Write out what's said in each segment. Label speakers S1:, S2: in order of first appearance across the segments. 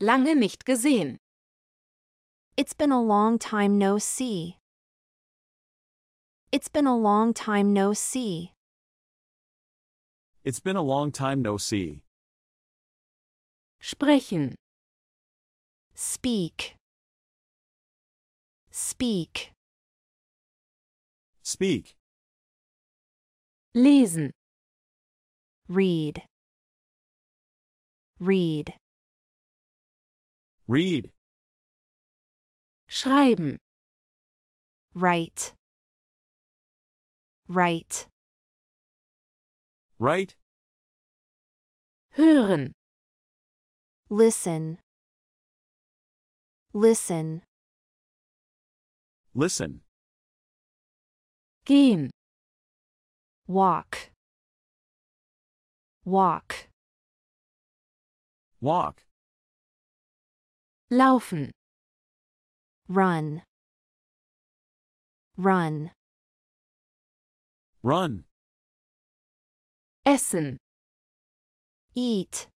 S1: Lange nicht gesehen.
S2: It's been a long time no see. It's been a long time no see.
S3: It's been a long time no see.
S1: Sprechen.
S2: Speak. Speak.
S3: Speak.
S1: Lesen.
S2: Read. Read.
S3: Read.
S1: Schreiben.
S2: Write. Write.
S3: Write.
S1: Hören.
S2: Listen. Listen.
S3: Listen.
S1: Gehen.
S2: Walk. Walk.
S3: Walk.
S1: Laufen.
S2: Run. Run.
S3: Run.
S1: Essen.
S2: Eat.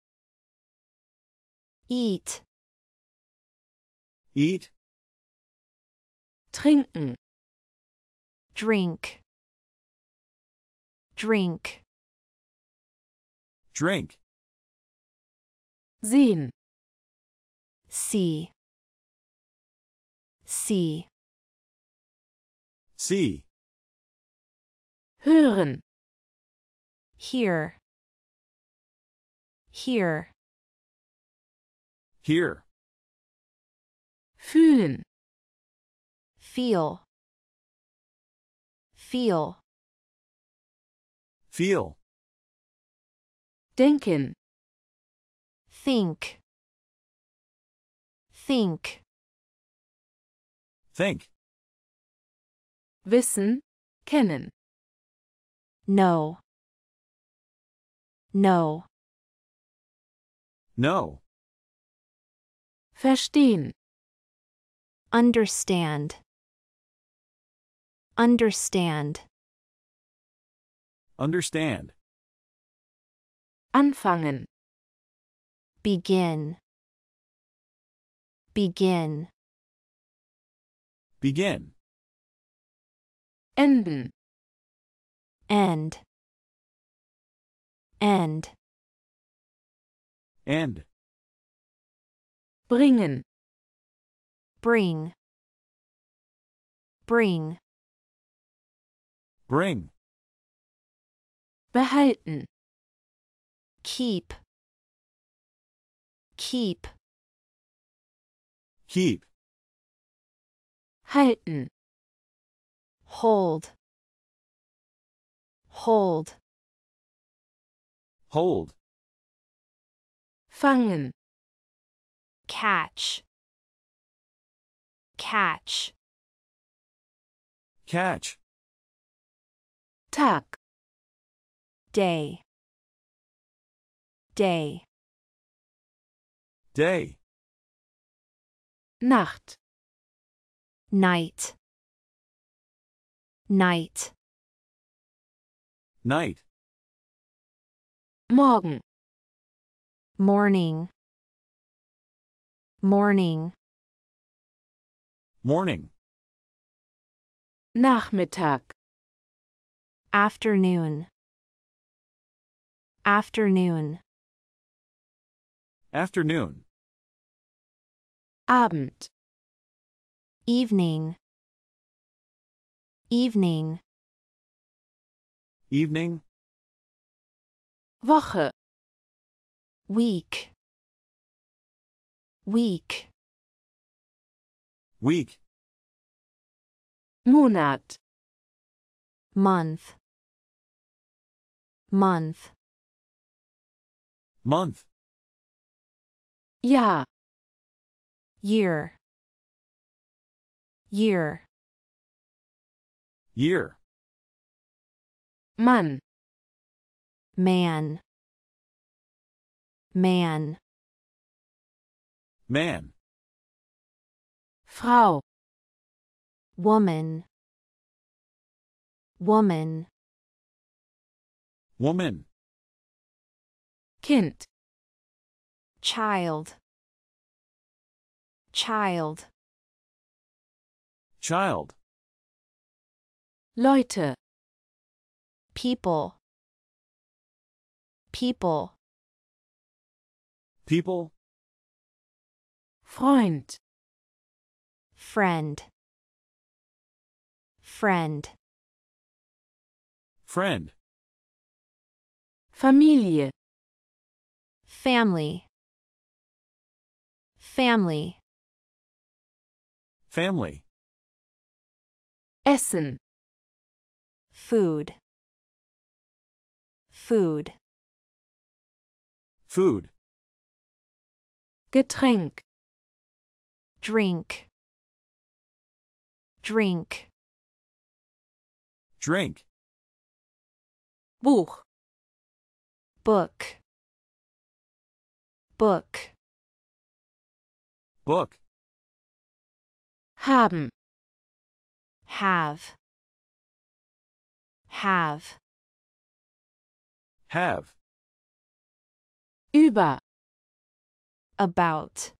S2: Eat.
S3: Eat.
S1: Trinken.
S2: Drink. Drink.
S3: Drink.
S1: Sehen.
S2: See. See.
S3: See.
S1: Hören.
S2: Hear. Hear.
S3: Hear.
S1: Fühlen.
S2: Feel. Feel.
S3: Feel.
S1: Denken.
S2: Think. Think.
S3: Think.
S1: Wissen. Kennen.
S2: No. No.
S3: No.
S1: Verstehen.
S2: Understand. Understand.
S3: Understand.
S1: Anfangen.
S2: Begin. Begin.
S3: Begin.
S1: Enden.
S2: End. End.
S3: End.
S1: Bringen.
S2: Bring. Bring.
S3: Bring.
S1: Behalten.
S2: Keep. Keep.
S3: Keep.
S1: Halten.
S2: Hold. Hold.
S3: Hold.
S1: Fangen.
S2: Catch. Catch.
S3: Catch.
S1: Tag.
S2: Day. Day.
S3: Day.
S1: Nacht.
S2: Night. Night.
S3: Night.
S1: Morgen.
S2: Morning. Morning.
S3: Morning.
S1: Nachmittag.
S2: Afternoon. Afternoon.
S3: Afternoon.
S1: Abend.
S2: Evening. Evening.
S3: Evening.
S1: Woche.
S2: Week. Week.
S3: Week.
S1: Monat.
S2: Month. Month.
S3: Month.
S1: Jahr.
S2: Year. Year.
S3: Year.
S1: Mann.
S2: Man. Man.
S3: Man.
S1: Frau.
S2: Woman. Woman.
S3: Woman.
S1: Kind.
S2: Child. Child.
S3: Child.
S1: Leute,
S2: People. People.
S3: People.
S1: Freund,
S2: Friend. Friend.
S3: Friend.
S1: Familie,
S2: Family. Family.
S3: Family.
S1: Essen,
S2: Food. Food.
S3: Food.
S1: Getränk,
S2: Drink. Drink.
S3: Drink.
S1: Buch,
S2: Book. Book.
S3: Book.
S1: haben,
S2: Have. Have.
S3: Have.
S1: über,
S2: About.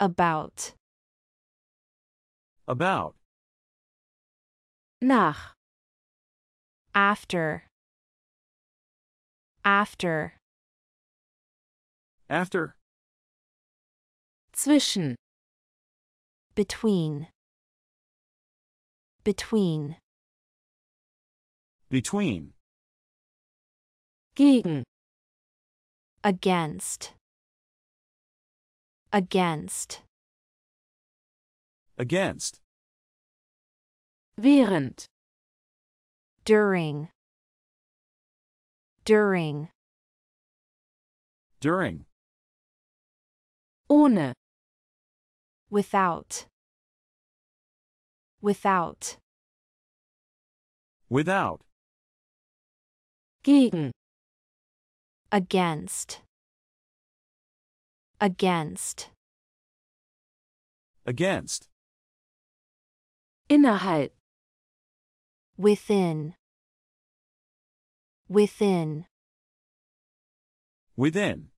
S2: About.
S3: About.
S1: nach,
S2: After. After.
S3: After.
S1: zwischen,
S2: Between. Between.
S3: Between.
S1: gegen,
S2: Against. Against.
S3: Against.
S1: während,
S2: During. During.
S3: During.
S1: ohne,
S2: Without. Without.
S3: Without.
S1: gegen,
S2: Against. Against.
S3: Against.
S1: innerhalb,
S2: Within. Within.
S3: Within.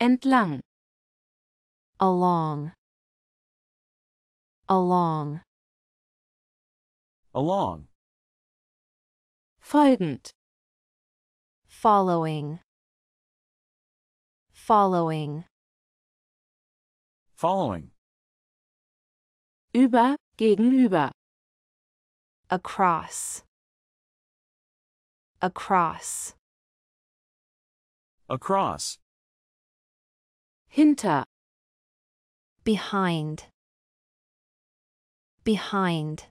S1: entlang,
S2: Along. Along.
S3: Along.
S1: folgend,
S2: Following. Following.
S3: Following.
S1: über, gegenüber,
S2: Across. Across.
S3: Across.
S1: hinter,
S2: Behind. Behind.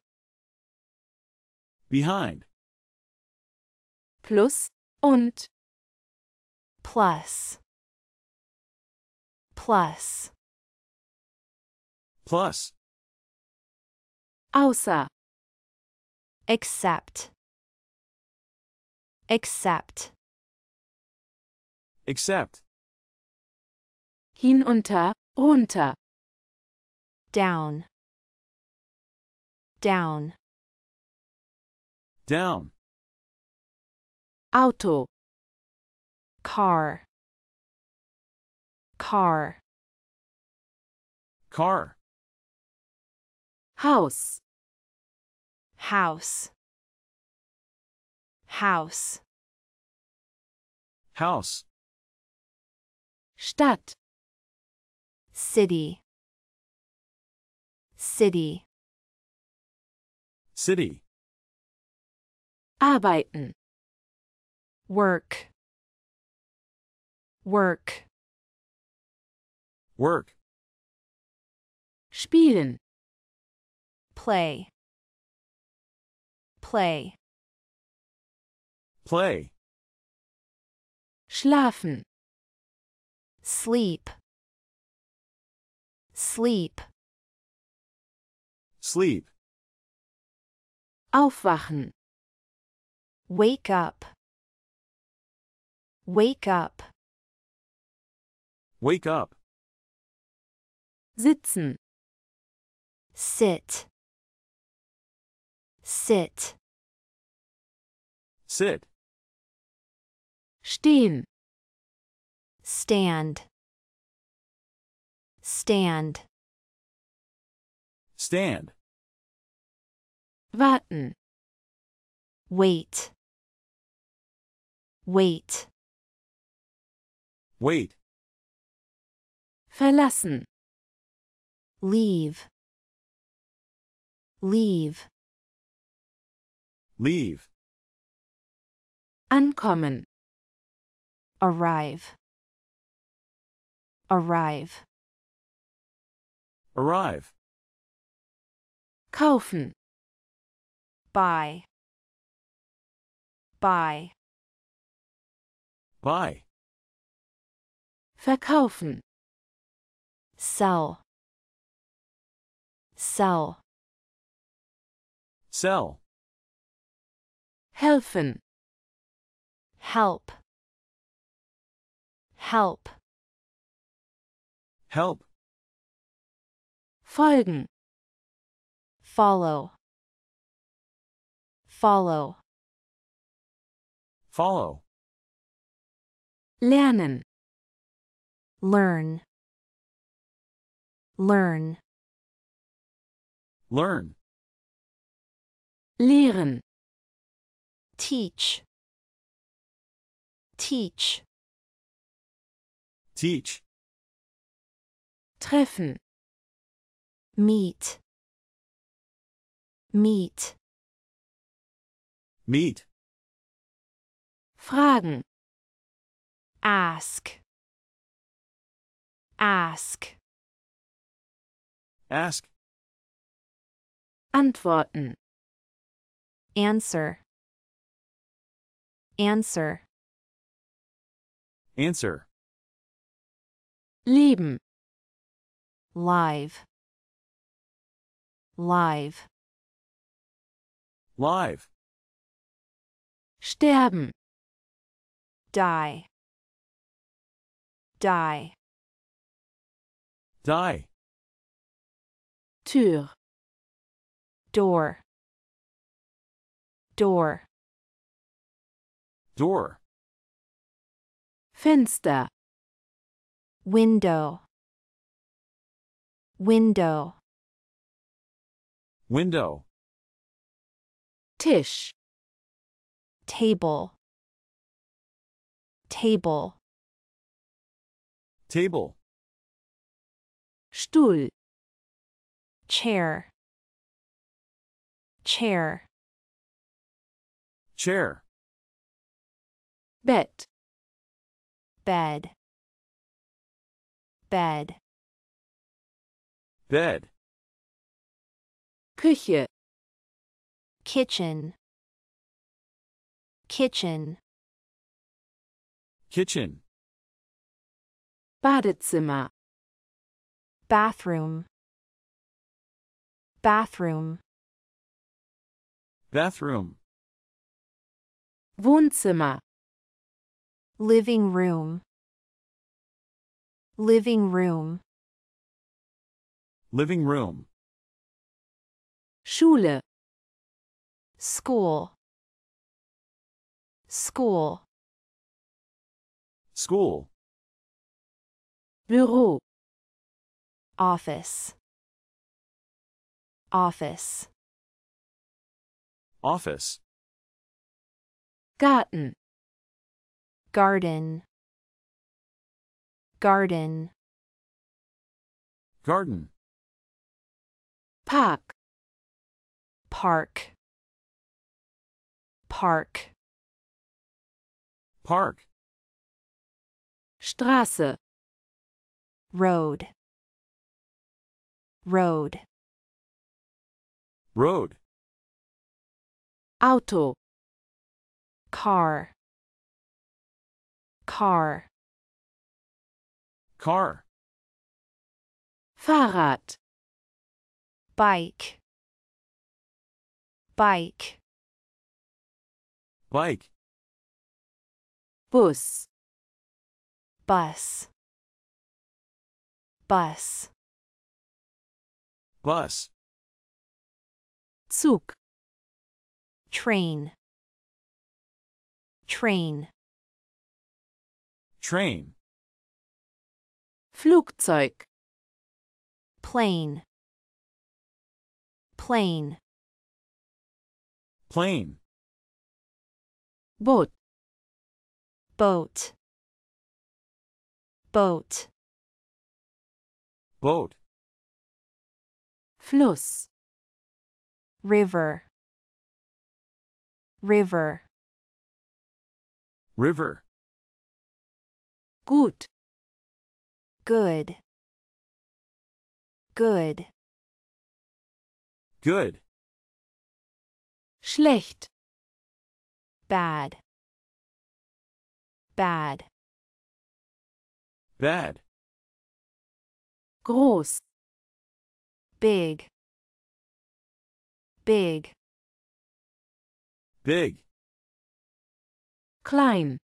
S3: Behind.
S1: plus, und,
S2: plus plus
S3: Plus.
S1: außer,
S2: accept accept
S3: Except.
S1: hinunter, runter,
S2: down down
S3: Down.
S1: Auto,
S2: car car
S3: Car.
S1: Haus,
S2: house house
S3: House.
S1: Stadt,
S2: city city
S3: City.
S1: arbeiten,
S2: work work
S3: Work.
S1: spielen,
S2: play play
S3: Play.
S1: schlafen,
S2: sleep sleep
S3: Sleep.
S1: aufwachen,
S2: wake up wake up
S3: Wake up.
S1: sitzen,
S2: sit sit
S3: Sit.
S1: stehen,
S2: stand Stand.
S3: Stand.
S1: warten,
S2: Wait. Wait.
S3: Wait.
S1: verlassen,
S2: Leave. Leave.
S3: Leave.
S1: ankommen,
S2: Arrive. Arrive.
S3: Arrive.
S1: kaufen,
S2: Buy. Buy.
S3: Buy.
S1: verkaufen,
S2: Sell. Sell.
S3: Sell.
S1: helfen,
S2: Help. Help.
S3: Help.
S1: folgen,
S2: Follow. Follow.
S3: Follow.
S1: lernen,
S2: Learn. Learn.
S3: Learn.
S1: lehren,
S2: Teach. Teach.
S3: Teach.
S1: treffen,
S2: Meet. Meet.
S3: Meet.
S1: fragen,
S2: Ask. Ask.
S3: Ask.
S1: antworten,
S2: Answer. Answer.
S3: Answer.
S1: leben,
S2: Live. Live.
S3: Live.
S1: sterben,
S2: Die. Die.
S3: Die.
S1: Tür,
S2: Door. Door.
S3: Door.
S1: Fenster,
S2: Window. Window.
S3: Window.
S1: Tisch,
S2: Table. Table.
S3: Table.
S1: Stuhl,
S2: Chair. Chair.
S3: Chair.
S1: Bett,
S2: Bed. Bed.
S3: Bed.
S1: Küche,
S2: Kitchen. Kitchen.
S3: Kitchen.
S1: Badezimmer,
S2: Bathroom. Bathroom.
S3: Bathroom.
S1: Wohnzimmer,
S2: Living room. Living room.
S3: Living room.
S1: Schule,
S2: School. School.
S3: School.
S1: Büro,
S2: Office. Office.
S3: Office.
S1: Garten,
S2: Garden. Garden.
S3: Garden.
S1: Park,
S2: Park. Park.
S3: Park.
S1: Straße,
S2: Road. Road.
S3: Road.
S1: Auto,
S2: Car. Car.
S3: Car.
S1: Fahrrad,
S2: Bike. Bike.
S3: Bike.
S1: Bus,
S2: Bus. Bus.
S3: Bus.
S1: Zug,
S2: Train. Train.
S3: Train.
S1: Flugzeug,
S2: Plain. Plain.
S3: Plane.
S1: Boot,
S2: Boat. Boat.
S3: Boat.
S1: Fluss,
S2: River. River.
S3: River.
S1: gut,
S2: Good. Good.
S3: Good.
S1: schlecht,
S2: Bad. Bad.
S3: Bad.
S1: groß,
S2: Big. Big.
S3: Big.
S1: klein,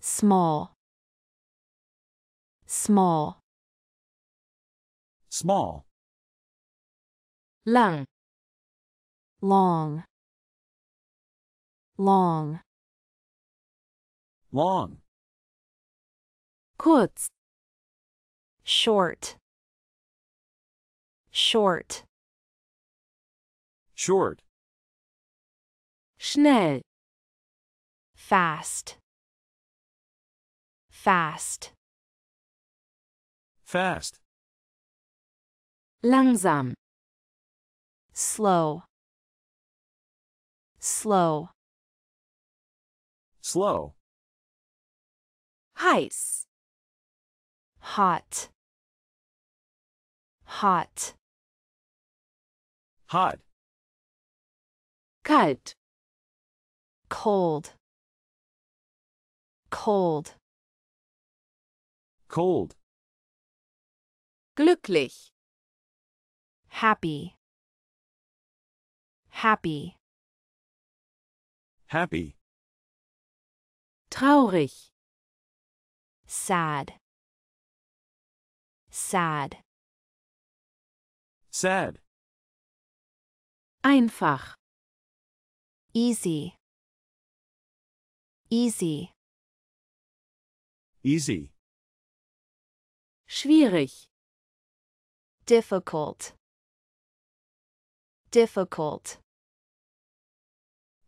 S2: Small. Small.
S3: Small.
S1: lang,
S2: Long. Long.
S3: Long.
S1: kurz,
S2: Short. Short.
S3: Short.
S1: schnell,
S2: Fast. Fast.
S3: Fast.
S1: langsam,
S2: Slow. Slow.
S3: Slow.
S1: heiß,
S2: Hot. Hot.
S3: Hot.
S1: kalt,
S2: Cold. Cold.
S3: Cold.
S1: glücklich,
S2: Happy. Happy.
S3: Happy.
S1: traurig,
S2: Sad. Sad.
S3: Sad.
S1: einfach,
S2: Easy. Easy.
S3: Easy.
S1: schwierig,
S2: Difficult. Difficult.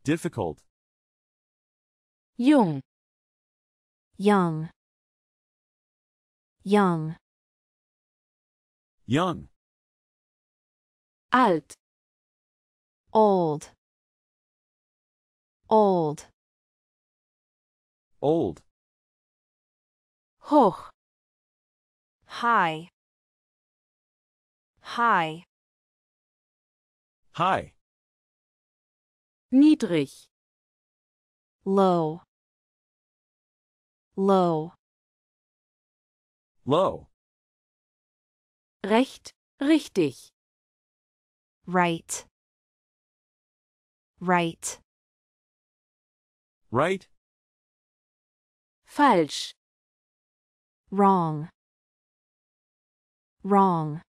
S3: Difficult.
S1: jung,
S2: Young. Young.
S3: Young.
S1: alt,
S2: Old. Old.
S3: Old.
S1: hoch,
S2: High. High.
S3: High.
S1: niedrig,
S2: Low. Low.
S3: Low.
S1: recht, richtig,
S2: Right. Right.
S3: Right.
S1: falsch,
S2: Wrong. Wrong.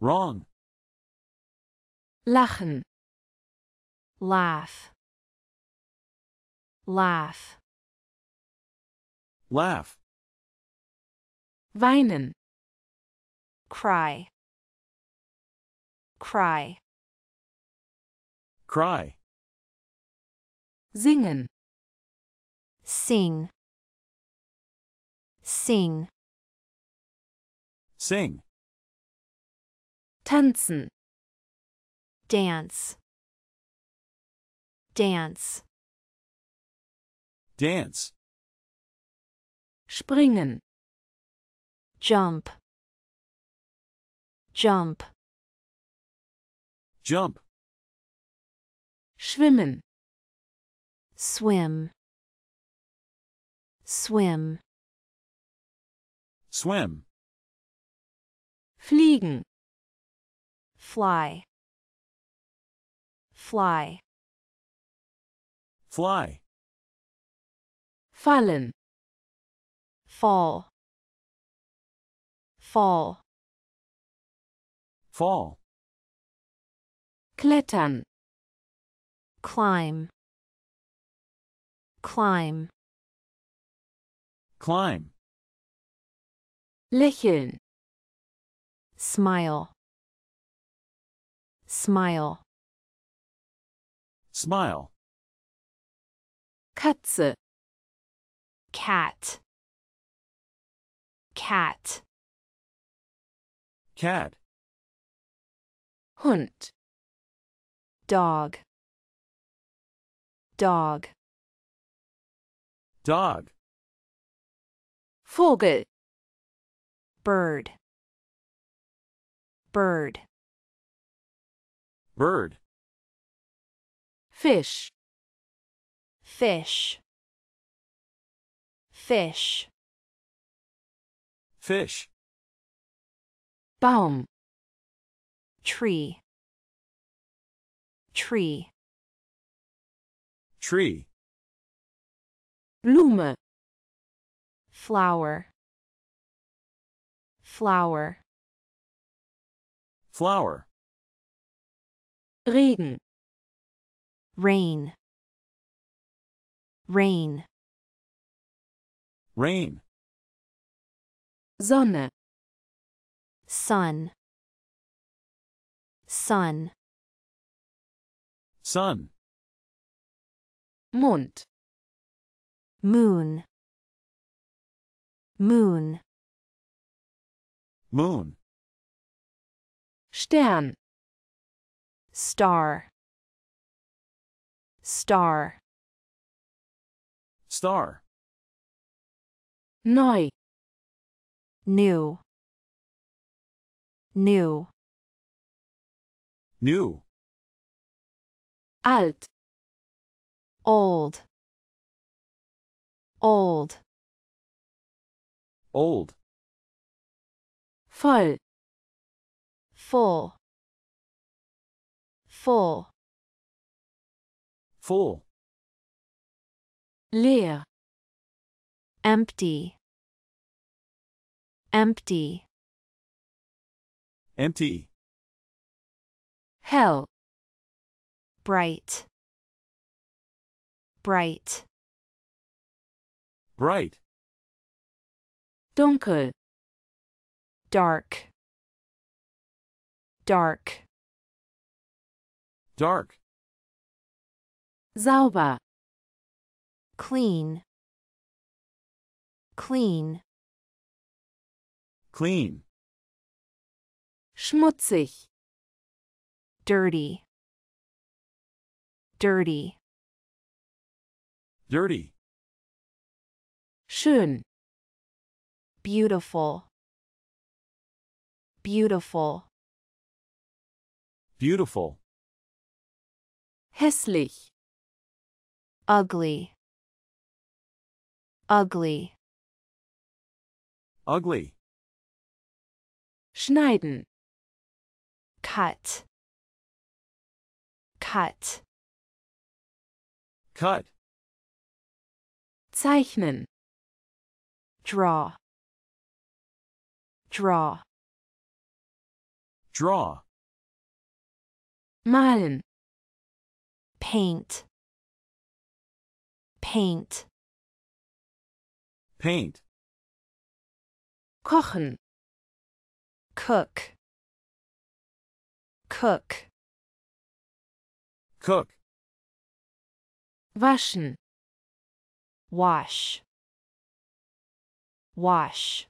S3: Wrong.
S1: lachen,
S2: Laugh. Laugh.
S3: Laugh.
S1: weinen,
S2: Cry. Cry.
S3: Cry.
S1: singen,
S2: Sing. Sing.
S3: Sing.
S1: tanzen,
S2: Dance. Dance.
S3: Dance.
S1: springen,
S2: Jump. Jump.
S3: Jump.
S1: schwimmen,
S2: Swim. Swim.
S3: Swim.
S1: fliegen,
S2: Fly. Fly.
S3: Fly.
S1: fallen,
S2: Fall. Fall.
S3: Fall.
S1: klettern,
S2: Climb. Climb.
S3: Climb.
S1: lächeln,
S2: Smile. Smile.
S3: Smile.
S1: Katze,
S2: Cat. Cat.
S3: Cat.
S1: Hund,
S2: Dog. Dog.
S3: Dog.
S1: Vogel,
S2: Bird. Bird.
S3: Bird.
S1: Fisch,
S2: Fish. Fish.
S3: Fish.
S1: Baum,
S2: Tree. Tree.
S3: Tree.
S1: Blume,
S2: Flower. Flower.
S3: Flower.
S1: Regen,
S2: Rain. Rain.
S3: Rain.
S1: Sonne,
S2: Sun. Sun.
S3: Sun.
S1: Mond,
S2: Moon. Moon.
S3: Moon.
S1: Stern,
S2: Star. Star.
S3: Star.
S1: neu,
S2: New. New.
S3: New.
S1: alt,
S2: Old. Old.
S3: Old.
S1: voll,
S2: Full. Full.
S3: Full.
S1: leer,
S2: Empty. Empty.
S3: Empty.
S1: hell,
S2: Bright. Bright.
S3: Bright.
S1: dunkel,
S2: Dark. Dark.
S3: Dark.
S1: sauber,
S2: Clean. Clean.
S3: Clean.
S1: schmutzig,
S2: Dirty. Dirty.
S3: Dirty.
S1: schön,
S2: Beautiful. Beautiful.
S3: Beautiful.
S1: hässlich,
S2: Ugly. Ugly.
S3: Ugly.
S1: schneiden,
S2: Cut. Cut.
S3: Cut.
S1: zeichnen,
S2: Draw. Draw.
S3: Draw.
S1: malen,
S2: Paint. Paint.
S3: Paint.
S1: kochen,
S2: Cook. Cook.
S3: Cook.
S1: waschen,
S2: Wash. Wash.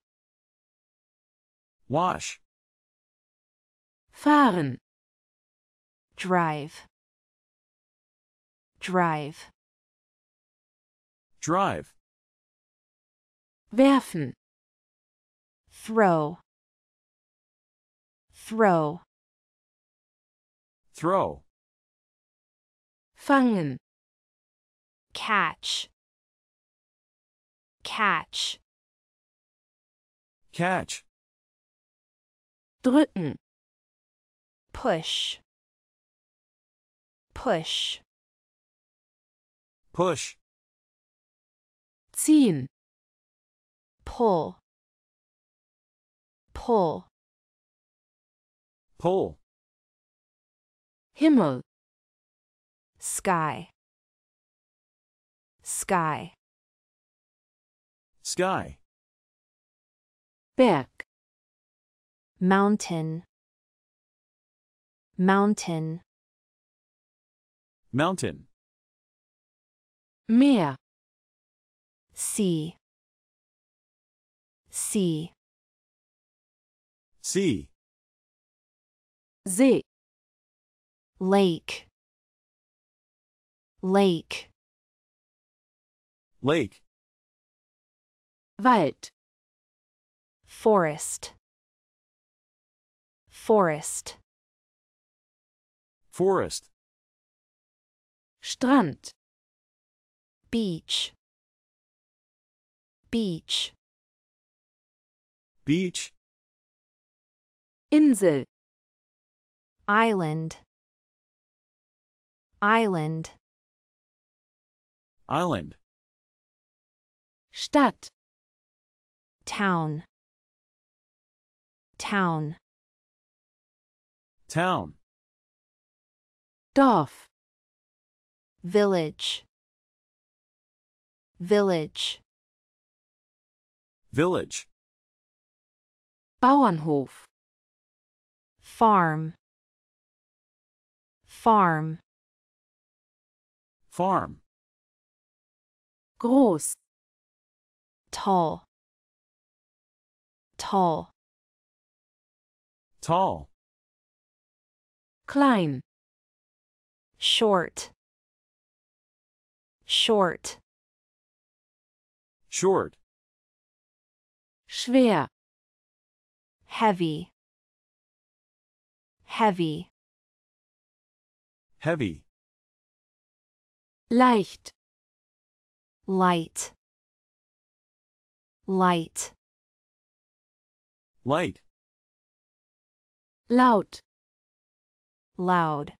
S3: Wash.
S1: fahren,
S2: Drive. Drive.
S3: Drive.
S1: werfen,
S2: Throw. Throw.
S3: Throw.
S1: fangen,
S2: Catch. Catch.
S3: Catch.
S1: drücken,
S2: Push. Push.
S3: Push.
S1: ziehen,
S2: Pull. Pull.
S3: Pull.
S1: Himmel,
S2: Sky. Sky.
S3: Sky.
S1: Berg,
S2: Mountain. Mountain.
S3: Mountain.
S1: Meer,
S2: Sea. Sea.
S3: Sea.
S1: See,
S2: Lake. Lake.
S3: Lake.
S1: Wald,
S2: Forest. Forest.
S3: Forest.
S1: Strand,
S2: Beach. Beach.
S3: Beach.
S1: Insel,
S2: Island. Island.
S3: Island.
S1: Stadt,
S2: Town. Town.
S3: Town.
S1: Dorf,
S2: Village. Village.
S3: Village.
S1: Bauernhof,
S2: Farm. Farm.
S3: Farm.
S1: groß,
S2: Tall. Tall.
S3: Tall.
S1: klein,
S2: Short. Short.
S3: Short.
S1: schwer,
S2: Heavy. Heavy.
S3: Heavy.
S1: leicht,
S2: Light. Light.
S3: Light.
S1: laut,
S2: Loud.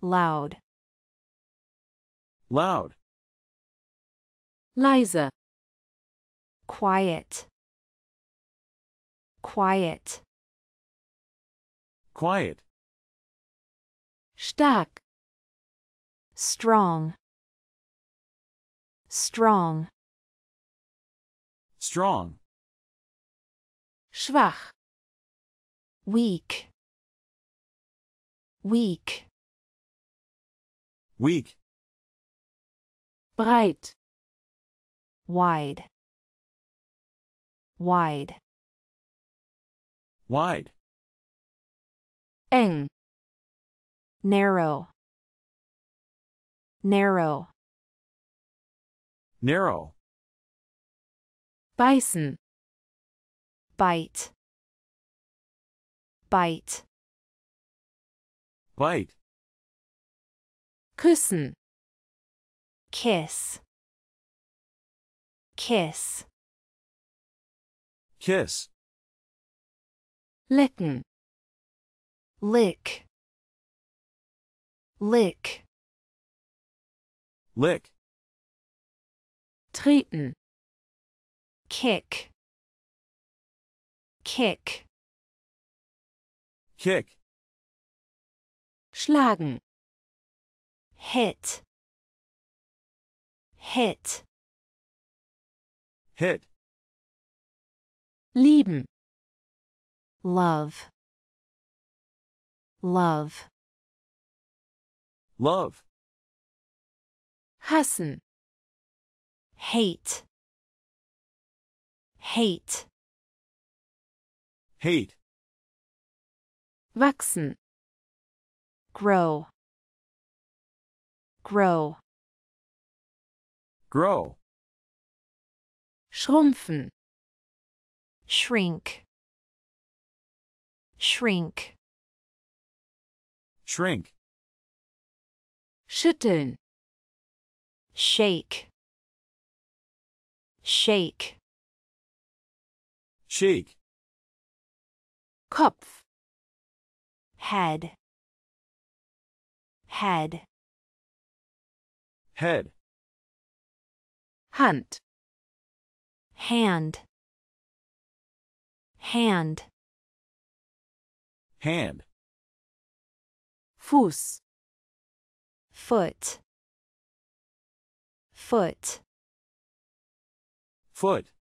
S2: Loud.
S3: Loud.
S1: leise,
S2: Quiet. Quiet.
S3: Quiet.
S1: stark,
S2: Strong. Strong.
S3: Strong.
S1: schwach,
S2: Weak. Weak.
S3: Weak.
S1: breit,
S2: Wide. Wide.
S3: Wide.
S1: eng,
S2: Narrow. Narrow.
S3: Narrow.
S1: beißen,
S2: Bite. Bite.
S3: Bite.
S1: küssen,
S2: Kiss. Kiss.
S3: Kiss.
S1: lecken,
S2: Lick. Lick.
S3: Lick.
S1: treten,
S2: Kick. Kick.
S3: Kick.
S1: schlagen,
S2: Hit. Hit.
S3: Hit.
S1: lieben,
S2: Love. Love.
S3: Love.
S1: hassen,
S2: hate hate
S3: Hate.
S1: wachsen,
S2: grow grow
S3: Grow.
S1: schrumpfen,
S2: shrink shrink
S3: Shrink.
S1: schütteln,
S2: shake shake
S3: Shake.
S1: Kopf,
S2: head head
S3: Head.
S1: Hand,
S2: hand hand
S3: Hand.
S1: Fuß,
S2: foot foot
S3: Foot.